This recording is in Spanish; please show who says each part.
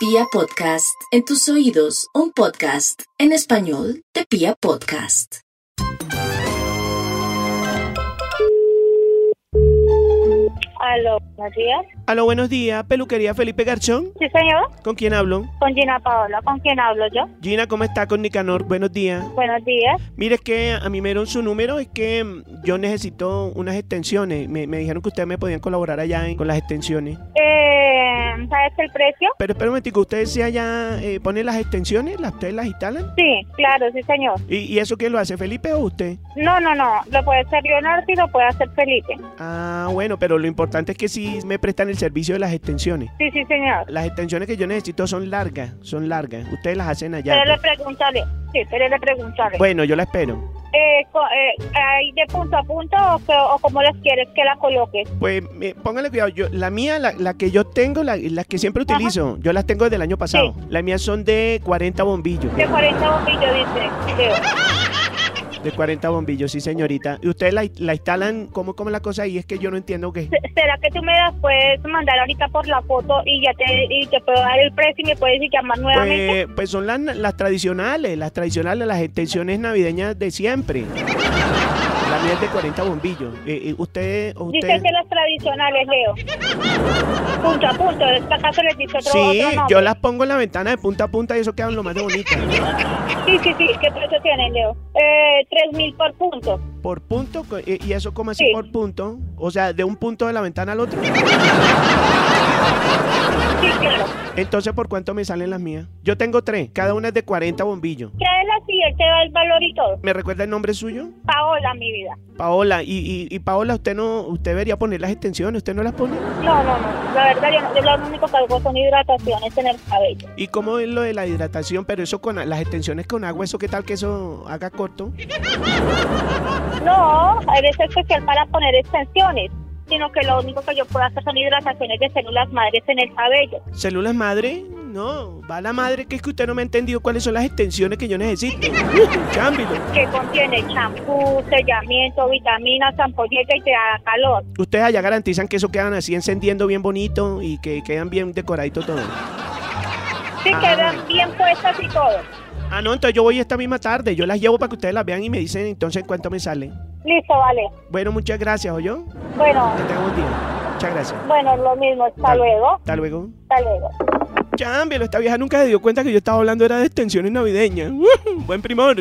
Speaker 1: Pia Podcast, en tus oídos, un podcast en español de Pia Podcast.
Speaker 2: Aló, buenos días.
Speaker 3: Aló, buenos días. Peluquería Felipe Garchón.
Speaker 2: Sí, señor.
Speaker 3: ¿Con quién hablo?
Speaker 2: Con Gina Paola. ¿Con quién hablo yo?
Speaker 3: Gina, ¿cómo está? Con Nicanor. Buenos días.
Speaker 2: Buenos días.
Speaker 3: Mire, es que a mí me dieron su número. Es que mm, yo necesito unas extensiones. Me, me dijeron que ustedes me podían colaborar allá en- con las extensiones.
Speaker 2: Eh, ¿Sabes el precio?
Speaker 3: Pero espera un momentico. ¿Ustedes sí allá eh, ponen las extensiones? ¿Las, ¿Ustedes las instalan?
Speaker 2: Sí, claro, sí, señor.
Speaker 3: ¿Y, y eso quién lo hace? ¿Felipe o usted?
Speaker 2: No, no, no. Lo puede hacer Leonardo y lo puede hacer Felipe.
Speaker 3: Ah, bueno, pero lo importante es que sí me prestan el servicio de las extensiones.
Speaker 2: Sí, sí, señor.
Speaker 3: Las extensiones que yo necesito son largas, son largas. Ustedes las hacen allá. pues.
Speaker 2: Pero le preguntaré. Sí, pero le preguntaré.
Speaker 3: Bueno, yo la espero.
Speaker 2: Eh, co- eh, ¿Hay de punto a punto o, co- o cómo les quieres que la coloques?
Speaker 3: Pues eh, póngale cuidado, yo, la mía, la, la que yo tengo, la, las que siempre utilizo, yo las tengo desde el año pasado. Las mías son de 40 bombillos.
Speaker 2: De 40 bombillos, dice. Leo.
Speaker 3: De 40 bombillos, sí señorita. ¿Y ustedes la, la instalan? ¿Cómo, ¿Cómo la cosa ahí? Es que yo no entiendo qué.
Speaker 2: Se- ¿Será que tú me las puedes mandar ahorita por la foto y ya te, y te puedo dar el precio y me puedes llamar nuevamente?
Speaker 3: Pues, pues son las, las tradicionales, las tradicionales, las extensiones navideñas de siempre. La mía es de 40 bombillos. Eh, eh, ¿Usted, usted...
Speaker 2: Dicen que las tradicionales, Leo. Punto a punto. ¿es que ¿Acaso les dice otro, pues.
Speaker 3: Sí,
Speaker 2: otro nombre?
Speaker 3: yo las pongo en la ventana de punta a punta y eso quedan lo más de bonita.
Speaker 2: Sí, sí, sí. ¿Qué precio tienen, Leo? Eh, tres mil por punto.
Speaker 3: Por punto, co- eh, y eso como así
Speaker 2: Sí.
Speaker 3: por punto, o sea, de un punto de la ventana al otro.
Speaker 2: Sí, claro.
Speaker 3: Entonces, ¿por cuánto me salen las mías? Yo tengo tres, cada una es de 40 bombillos.
Speaker 2: Tráelas y él te da el valor y todo.
Speaker 3: ¿Me recuerda el nombre suyo?
Speaker 2: Paola, mi vida.
Speaker 3: Paola, y, y- y Paola, usted no, usted debería poner las extensiones, usted no las pone.
Speaker 2: No, no, no. La verdad, yo, no- yo lo único que hago son hidrataciones en el cabello.
Speaker 3: ¿Y cómo es lo de la hidratación? Pero eso con a- las extensiones con agua, ¿eso qué tal que eso haga corto?
Speaker 2: No, eres especial para poner extensiones. Sino que lo único que yo puedo hacer son hidrataciones de células madres en el cabello.
Speaker 3: ¿Células madre? No, va la madre, que es que usted no me ha entendido cuáles son las extensiones que yo necesito. Cámbialo.
Speaker 2: Que contiene champú, sellamiento, vitaminas, ampolleta y te da calor.
Speaker 3: Ustedes allá garantizan que eso quedan así encendiendo bien bonito y que quedan bien decoradito todo.
Speaker 2: Sí,
Speaker 3: Ah.
Speaker 2: quedan bien puestas y todo.
Speaker 3: Ah, no, entonces yo voy esta misma tarde, yo las llevo para que ustedes las vean y me dicen entonces cuánto me sale.
Speaker 2: Listo, vale.
Speaker 3: Bueno, muchas gracias, yo.
Speaker 2: Bueno,
Speaker 3: Que tengan buen día. Muchas gracias.
Speaker 2: bueno, lo mismo. Hasta luego.
Speaker 3: Hasta luego.
Speaker 2: Hasta luego.
Speaker 3: Chámbialo, esta vieja nunca se dio cuenta que yo estaba hablando era de extensiones navideñas. Buen primor.